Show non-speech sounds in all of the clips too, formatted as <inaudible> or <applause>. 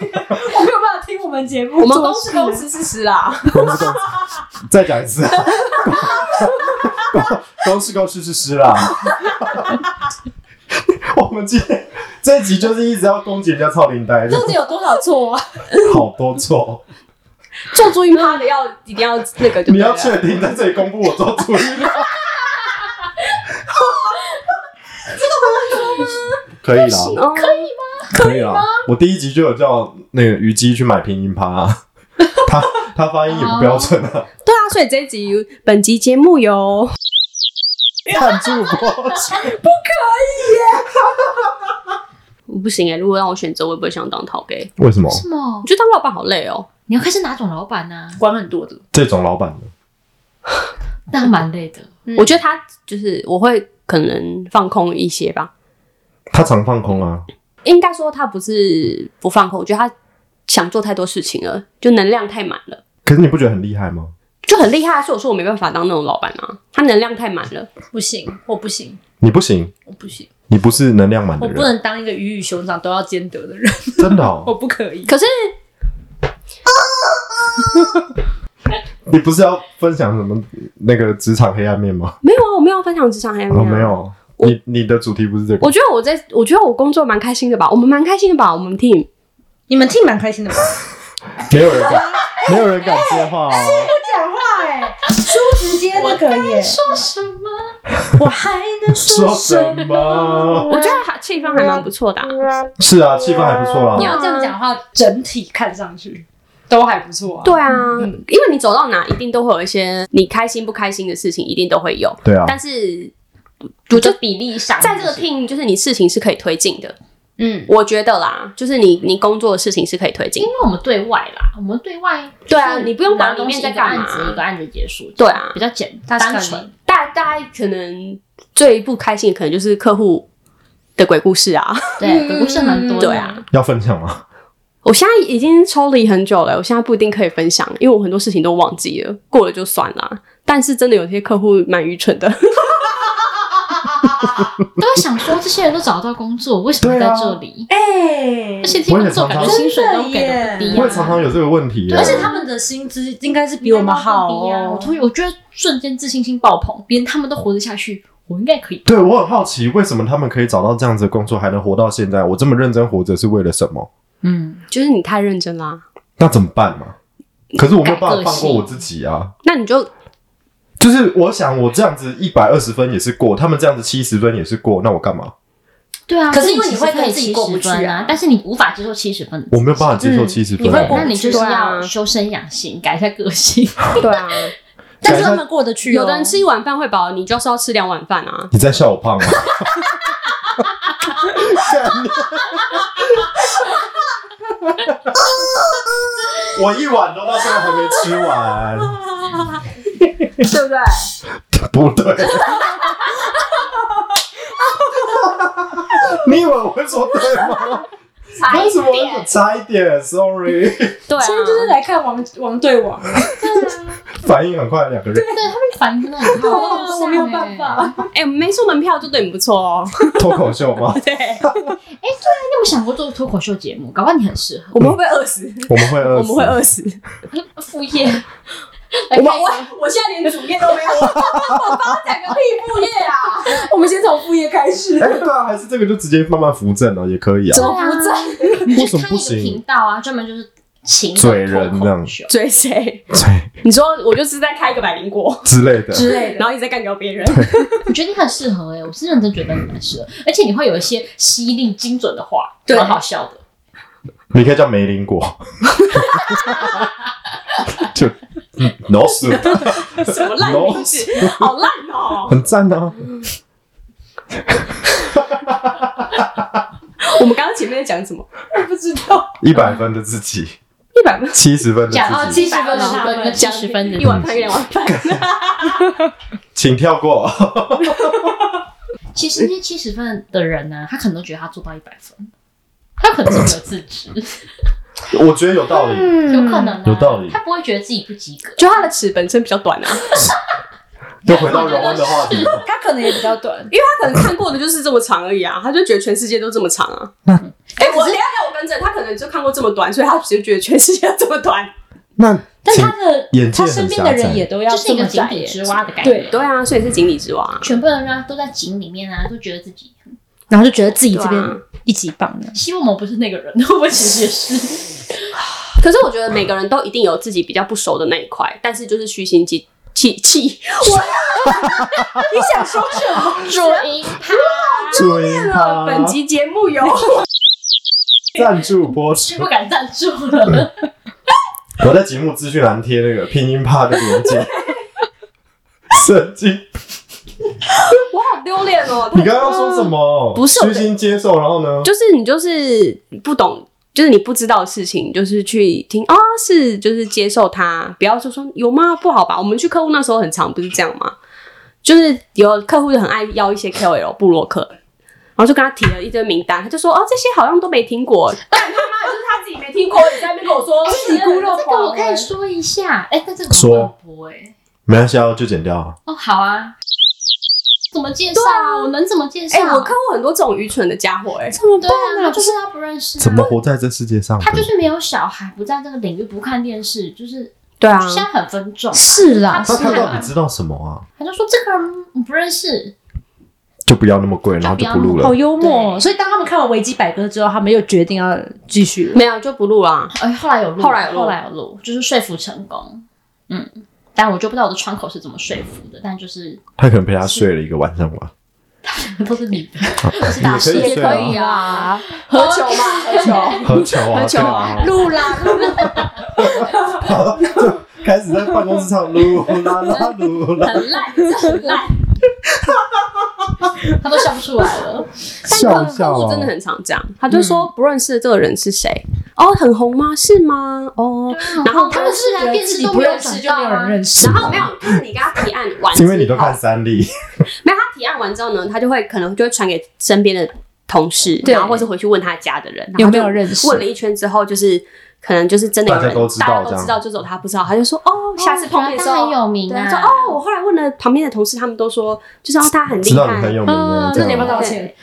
我没有办法听我们节目，我们做公司事公司是啊十啦， <laughs> 公司公司，再讲一次啊，公公公事公事是诗啦。 <laughs> 我们今天这一集就是一直要攻击人家操林 <laughs> 呆，到底有多少错 <laughs> 啊？好多错。做注音趴的要一定要那个就你对要了。确定在这里公布我做主意吗？可以啦，哦，可以啦。我第一集就有叫那个虞姬去买拼音趴、 <laughs> 啊，他他发音也不标准啊，对啊，所以这一集本集节目由赞助播出。 <laughs> 我不行哎、如果让我选择，我也不会想当陶 gay。为什么什么我？觉得当老板好累哦，你要看是哪种老板啊 <laughs> 呢、管很多的。这种老板呢？那蛮累的。我觉得他就是我会可能放空一些吧，他常放空啊，应该说他不是不放空，我觉得他想做太多事情了，就能量太满了。可是你不觉得很厉害吗？就很厉害，啊所以我说我没办法当那种老板啊，他能量太满了。不行，我不行，你不行，我不行，你不是能量满我的不人，能当一个鱼与熊掌都要兼得的人，真的、 <laughs> 我哦。不可以。可是你不是要分享什么那个职场黑暗面吗？没有啊，我没有分享职场黑暗面、哦，啊没。有，我你你的主题不是这个我。觉得我在，我觉得我工作蛮开心的吧，我们蛮开心的吧，我们 team。你们听蛮开心的吧？没有人敢，没有人敢接话哦。讲话哎、叔直接那个耶，说什么？我还能说什？么？我觉得还气氛还蛮不错啊的啊、是啊，气氛还不错啊你。要这样讲话，整体看上去都还不错啊。对啊，因为你走到哪，一定都会有一些你开心不开心的事情，一定都会有。对啊，但是，我就比例上在这个 team，就是你事情是可以推进的，嗯，我觉得啦，就是你你工作的事情是可以推进因。为我们对外啦，我们对外对啊就是你不用管里拿东面西在干嘛一个案子一个案子结束，对啊比较简他单是看纯。大大家可能最不开心，的可能就是客户的鬼故事啊。嗯对，鬼故事蛮多的，对啊，要分享吗？我现在已经抽离很久了，我现在不一定可以分享，因为我很多事情都忘记了，过了就算了。但是真的有些客户蛮愚蠢的， <laughs> 都会想说这些人都找到工作，为什么在这里？哎、而且听工作感觉薪水都给的啊不低啊，对我也常常有这个问题耶。而且他们的薪资应该是比我们好应该都不低啊我。哦突我觉得瞬间自信心爆棚，连他们都活得下去，我应该可以。对我很好奇，为什么他们可以找到这样子的工作，还能活到现在？我这么认真活着是为了什么？嗯，就是你太认真啦、那怎么办嘛？可是我没有办法改个放过性我自己啊。那你就就是我想，我这样子一百二十分也是过，他们这样子七十分也是过，那我干嘛？对啊。可是因为你你会会跟跟自己过不去啊啊，但是你无法接受七十分的自己，我没有办法接受七十分、你会过那你就是对啊要修身养性，改一下个性。 <laughs> 对啊，但是他们过得去、哦，有的人吃一碗饭会饱，你就是要吃两碗饭啊。你在笑我胖吗？我一碗都到现在还没吃完，对不对？不对。你以为我会说对吗？才为什么会说差一点？Sorry，对啊，现在就是来看王王对王，反应很快，两个人 <laughs> 对他啊们反应真的很好，啊我没有办法。哎、没出门票就对你不错哦。脱口秀吗？对，哎，对啊，你有没有想过做脱口秀节目？搞不好你很适合 <laughs> 我们会不会饿死？我们会饿我死，们会饿 <laughs> 死。副业。 <laughs> 我们我我现在连主业都没有， <laughs> 我帮讲个屁副业啊！我们先从副业开始。 <laughs> 哎、对啊，还是这个就直接慢慢扶正了，也可以啊。我不在 <laughs> 你为去什么开不一个行频道啊，专门就是情嘴人这样追谁？对你说我就是在开一个百灵果之类的。之类的，然后一直在干掉别 <laughs> 人。我觉得你很适合哎、我是认真觉得你蛮适合，而且你会有一些犀利精准的话，对蛮好笑的。你可以叫梅林 <laughs> 果，就嗯老鼠什么烂名字，好烂哦！很赞啊！我们刚刚前面在讲什么？我不知道。一百分的自己，一百分，七十分讲到的自己，七十分、十分跟七十分的一碗饭跟两碗饭。请跳过。 <laughs> 其实那些嗯七十分的人呢、他可能都觉得他做到一百分，他可能是没有自知。我觉得有道理，嗯有可能、啊、有道理他不会觉得自己不及格。 <laughs> 就它的尺本身比较短啊，又回到柔恩的话题。他可能也比较短。因为他可能看过的就是这么长而已啊，他就觉得全世界都这么长啊。哎、我等一下让我跟着，他可能就看过这么短，所以他只是觉得全世界都这么短。那但请他的眼界他很身边狭的窄人也都要就是这一个么井窄底耶，之蛙的概念。对啊，所以是井底之蛙啊。全部人啊都在井里面啊，都觉得自己。然后就觉得自己这边对啊一级棒的。希望我不是那个人，我们其实也是。可是我觉得每个人都一定有自己比较不熟的那一块，但是就是虚心记记记，你想说什么？主音他注意他 <laughs> 本集节目有赞助播出是不。敢赞助了。我在节目资讯栏贴那个拼音帕的链 <laughs> 接。神经！我好丢脸哦！你刚刚说什么？不是我虚心接受，然后呢？就是你就是不懂，就是你不知道的事情，就是去听啊、是就是接受它，不要就说有吗？不好吧？我们去客户那时候很长，不是这样吗？就是有客户就很爱要一些 KOL 布洛克，然后就跟他提了一堆名单，他就说哦这些好像都没听过，但他妈就是他自己没听过，你在那边跟我说自己孤陋哎这个寡我可以闻。说一下，哎、但这个说我不播哎、没关系啊，就剪掉。哦，好啊。怎么介绍、啊？我能怎么介绍？哎、我客户很多这种愚蠢的家伙、哎，这么对啊，棒他啊！就是他不认识、啊，怎么活在这世界上？他就是没有小孩，不在这个领域，不看电视，就是对啊，现在很分众。是啦，那他是到啊底知道什么啊？他就说这个人我不认识，就不要那么贵，然后就不录 <laughs> 好了。幽默哦。对所以当他们看完维基百科之后，他们又决定要继续了。没有就不录啦。哎、后来有录，后来有录后来有录，就是说服成功。嗯，但我就不知道我的窗口是怎么说服的，但就是他可能陪他睡了一个晚上吧。都是 <laughs> 你的，也都是大师可以睡也可以啊，啊哇，喝酒嘛，喝酒。喝酒啊，喝酒啊对录啦，录啦，啊，就 <laughs> 开始在办公室唱噜啦啦噜啦，很烂，真的很烂，他都笑不出来了。笑但客笑嗯客户啊真的很常这样，他就说不认识这个人是谁，哦，很红吗？是吗？哦，然后啊他们是连电视你都不没有认转识就到没有人啊。认识。然后没有，就是你给他提案完之后，是啊因为你都看三立，没有他提案完之后呢，他就会可能就会传给身边的同事，对然后或是回去问他家的人有没有认识然后就问了一圈之后，就是可能就是真的有人大家都知道大家这都样知道，就走他不知道，他就说哦， <laughs> 下次碰面的时他候很。有名对，啊，他说哦，我后来问了旁边的同事，他们都说就是哦，他很厉知道害你，很有名的，啊这那哦你要样不要道吗歉？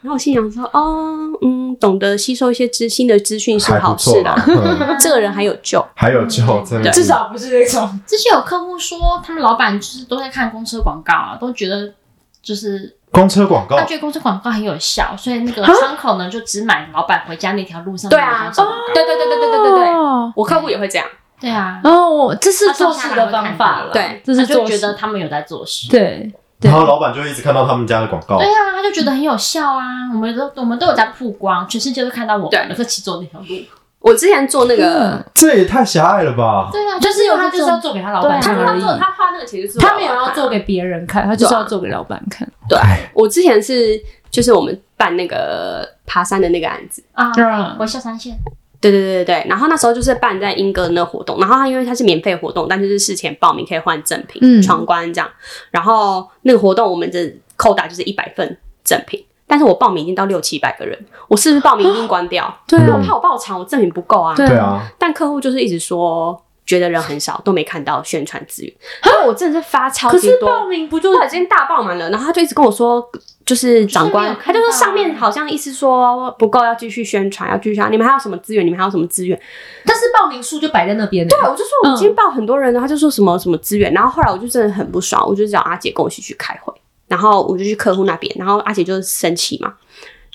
然后我心想说，哦，嗯，懂得吸收一些知新的资讯是还不好事错 <laughs> 啦啦。。嗯这个人还有救，还有就真的对至少不是那种之前有客户说，他们老板就是都在看公车广告啊，都觉得就是公车广告啊他，觉得公车广告很有效，所以那个窗口呢就只买老板回家那条路上的对啊公车广告。对对对对对对对对，哦，我客户也会这样，对啊，哦，我这是做事的方法了，对这是他就做觉事得他们有在做事。对对然后老板就一直看到他们家的广告对，啊，他就觉得很有效啊，我们都我们都有在曝光，全世界都看到我们对了，可其走那条路。我之前做那个，这也太狭隘了吧？对啊，就是有他就是要做给他老板对他看啊他而已做，嗯他花那个钱就是他没有要做给别人看，他就是要做给老板看。对。哎我之前是就是我们办那个爬山的那个案子，啊，嗯我下三线。对对对对对，然后那时候就是办在英哥那活动，然后他因为它是免费活动，但就是事前报名可以换赠品、嗯闯关这样。然后那个活动我们的扣打就是一百份赠品，但是我报名已经到六七百个人，我是不是报名已经关掉？ <gasps> 对因为啊我怕我爆场，我赠品不够啊。对对啊，但客户就是一直说觉得人很少，都没看到宣传资源。然后我真的是发超可级是多，报名不就我已经大爆满了，然后他就一直跟我说，就是长就是没有官，看他就说到啊上面好像意思说不够，要继续宣传，要继续啊宣传，你们还有什么资源？你们还有什么资源？嗯但是报名数就摆在那边呢。对，我就说我已经报很多人了，他就说什么什么资源，然后后来我就真的很不爽，我就找阿姐跟我一起去开会，然后我就去客户那边，然后阿姐就生气嘛，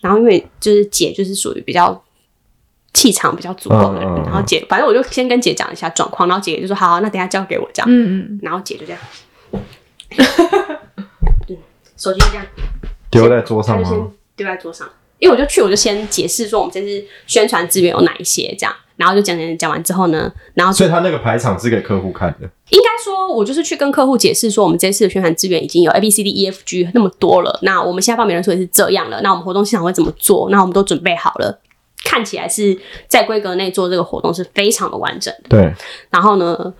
然后因为就是姐就是属于比较。气场比较足够的人，嗯嗯嗯然后姐，反正我就先跟姐讲一下状况，然后姐就说好、啊，那等一下交给我这样。嗯嗯，然后姐就这样， <laughs> 嗯，手机就这样丢在桌上他就吗先？丢在桌上，因为我就去，我就先解释说我们这次宣传资源有哪一些这样，然后就讲讲讲完之后呢，然后所以他那个排场是给客户看的，应该说，我就是去跟客户解释说，我们这次的宣传资源已经有 A B C D E F G 那么多了，那我们现在报名人数也是这样了，那我们活动现场会怎么做？那我们都准备好了，看起来是在规格内做这个活动是非常的完整的。对，然后呢，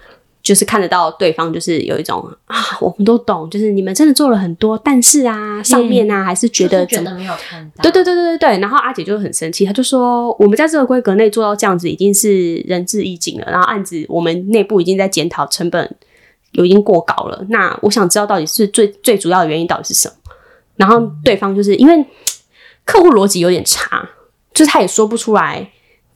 就是看得到对方，就是有一种啊，我们都懂，就是你们真的做了很多，但是啊，上面啊、还是觉就是得觉怎么得没有看到，对对对对对对，然后阿姐就很生气，她就说我们在这个规格内做到这样子已经是仁至义尽了，然后案子我们内部已经在检讨成本有已经过高了，那我想知道到底是最最主要的原因到底是什么？然嗯后对方就是因为客户逻辑有点差，就是他也说不出来，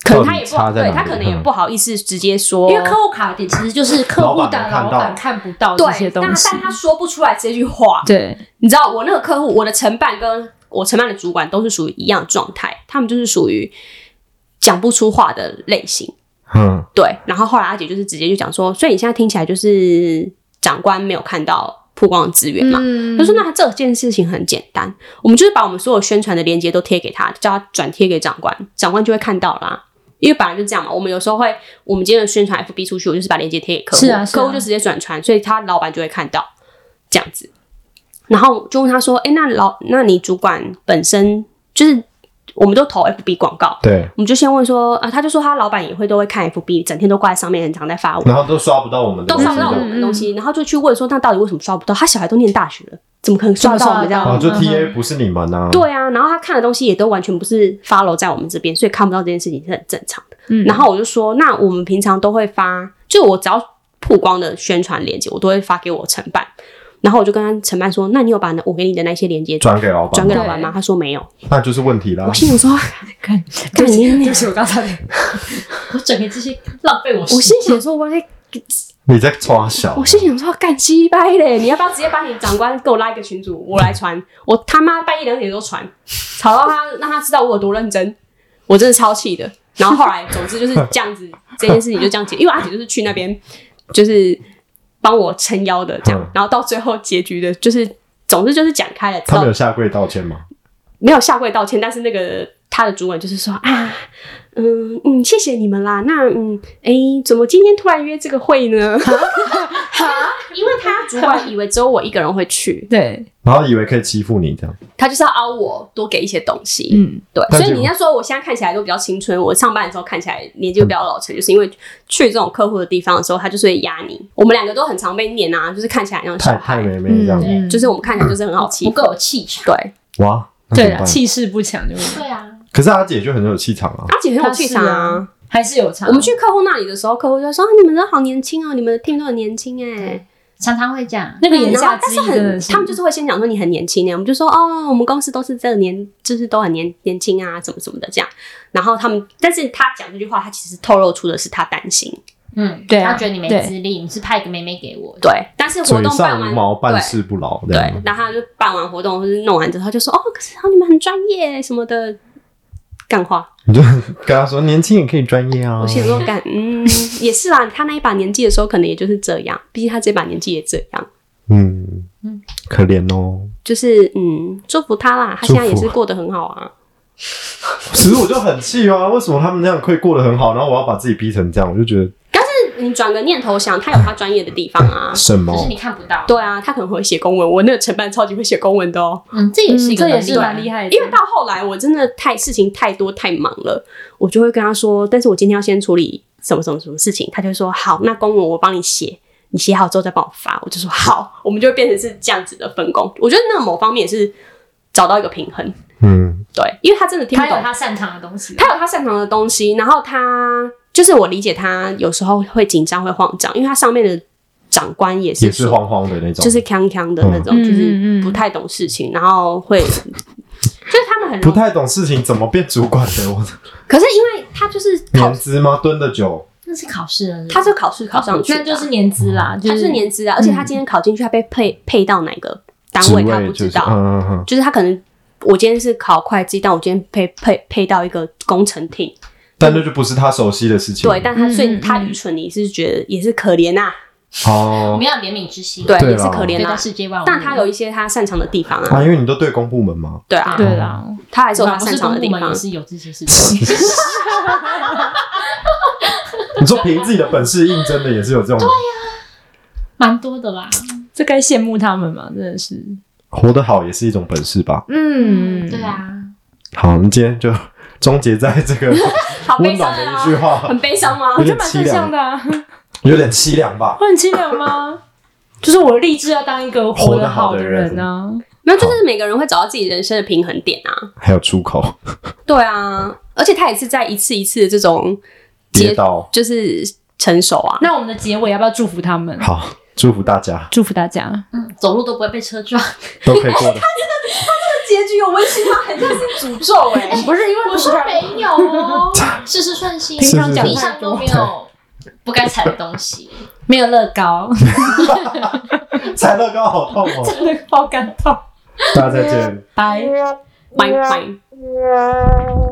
可能他也不到好，底差在对哪他里可能也嗯不好意思直接说，因为客户卡点其实就是客户的老板看不到这些对，那东西但，他说不出来这句话，对，你知道我那个客户，我的承办跟我承办的主管都是属于一样的状态，他们就是属于讲不出话的类型。嗯，对，然后后来阿姐就是直接就讲说，所以你现在听起来就是长官没有看到曝光的资源嘛？嗯他说：“那这件事情很简单，我们就是把我们所有宣传的链接都贴给他，叫他转贴给长官，长官就会看到啦。因为本来就这样嘛，我们有时候会，我们今天的宣传 FB 出去，我就是把链接贴给客户，是啊是啊客户就直接转传，所以他老板就会看到这样子。然后就问他说：‘哎、那老，那你主管本身就是我们都投 FB 广告，对，我们就先问说啊，他就说他老板也会都会看 FB，整天都挂在上面，很常在发文。’然后都刷不到我们的都东西，刷不到我们的东西，然后就去问说，那到底为什么刷不到？他小孩都念大学了，怎么可能刷得到我们这怎啊，么样？刷就 TA 不是你们呐，嗯对啊，然后他看的东西也都完全不是 follow 在我们这边，所以看不到这件事情是很正常的。嗯然后我就说，那我们平常都会发，就我只要曝光的宣传链接，我都会发给我承办。然后我就跟他承办说，那你有把我给你的那些链接转给老板转吗给，老板吗？他说没有。啊那就是问题 <laughs> 啦我。心里说，看， <laughs> 干你对不起，我刚才我整个这些浪费我我时心想说，我在你在抓小我，心想说，干鸡掰嘞！你要不要直接把你长官给我拉一个群组，我来传？我他妈半夜两点都传，吵到他，让他知道我有多认真。我真的超气的。然后后来，总之就是这样子，这件事情就这样结。因为阿姐就是去那边，就是帮我撑腰的这样嗯。然后到最后结局的，就是总之就是讲开了，知他道们有下跪道歉吗？没有下跪道歉，但是那个他的主管就是说啊，嗯嗯，谢谢你们啦。那嗯，哎，怎么今天突然约这个会呢？因为他主管以为只有我一个人会去，对，然后以为可以欺负你这样，他就是要凹我多给一些东西。嗯，对，但所结以果人家说我现在看起来都比较青春，我上班的时候看起来年纪就比较老成，就是因为去这种客户的地方的时候，他就是会压你。我们两个都很常被念啊，就是看起来像小太太孩，妹妹这样，嗯就是我们看起来就是很好欺不负。够有气场，对，啊哇，那对怎么啦，办气势不强就是。对啊，可是阿姐就很有气场啊，阿姐很有气场她是啊啊。还是有差。我们去客户那里的时候，客户就说：“啊、你们人好年轻哦，你们的 team 都很年轻哎。常常会这样，那”个言然后下但之是意真很，的是他，们就是会先讲说你很年轻哎，我们就说哦，我们公司都是这个年，就是都很年年轻啊，怎么怎么的这样。然后他们，但是他讲这句话，他其实透露出的是他担心，嗯，对啊他觉得你没对资历，你是派个妹妹给我，对。但是活嘴动办上完，无毛，办对事不牢这对样，。然后他就办完活动或是弄完之后，他就说哦，可是你们很专业什么的干话。你就 <laughs> 跟他说，年轻也可以专业啊我。心里说干，嗯，也是啦，他那一把年纪的时候，可能也就是这样，毕竟他这把年纪也这样。嗯嗯，可怜哦。就是嗯，祝福他啦，他祝福现在也是过得很好啊。其实我就很气啊，为什么他们那样可以过得很好，然后我要把自己逼成这样？我就觉得。你转个念头想，他有他专业的地方啊 <laughs> 什么只是你看不到。对啊，他可能会写公文，我那个承办超级会写公文的哦。嗯，这也是一个这也能力是啊蛮厉嗯害的，因为到后来我真的太事情太多太忙了，我就会跟他说，但是我今天要先处理什么什么什么事情，他就会说好，那公文我帮你写，你写好之后再帮我发。我就说好，我们就会变成是这样子的分工。我觉得那某方面也是找到一个平衡，嗯，对，因为他真的听不他懂有他擅长的东西，他有他擅长的东西，然后他就是我理解他有时候会紧张会慌张，因为他上面的长官也是也是说慌慌的那种，就是锵锵的那种，嗯就是不太懂事情，然后 <laughs> 会就是他们很不容易，太懂事情怎么变主管的。我可是因为他就是考年资吗？蹲的久，那是考试了，他是考试考上去的啊，那就是年资啦，就他是年资啊，而且他今天考进去，他被配配到哪个单位他不就知是道，嗯嗯嗯，就是他可能。我今天是考会计，但我今天配配配到一个工程 team，但那就不是他熟悉的事情。对，但他所以嗯嗯他愚蠢，你是觉得也是可怜呐、我哦们，要有怜悯之心，对，对也是啦可对怜待啊。世界万物。但他有一些他擅长的地方啊，啊，因为你都对公部门 <laughs> 嘛，对啊，对啦，他还是有他不擅是长公的地部门方也。是有这些事情，你说凭自己的本事应征的也是有这种蛮多的啦。这该羡慕他们嘛，真的是，嗯活得好也是一种本事吧？嗯对，啊，好，我们今天就终结在这个好悲温伤暖的啊一句，话，很悲伤吗有？这 <laughs> 点蛮凄正向凉， <laughs> 的啊，有点凄凉吧？我很凄凉吗？就是我立志要当一个活活得得好好的的人人啊！没有，就是每个人会找到自己人生的平衡点啊。还有出口对啊，而且他也是在一次一次的这种跌接倒，就是成熟啊。那我们的结尾要不要祝福他们？好，祝福大家祝福大家，嗯，走路都不会被车撞。都可以过得。结局有温馨吗？很像是诅咒哎、欸不是因为我说没有哦，事事顺心，平常讲地太上都多没有不该踩的东西。没有乐 <laughs> 高，踩乐高好痛哦！好感动，大家再见。拜。拜拜。 Bye.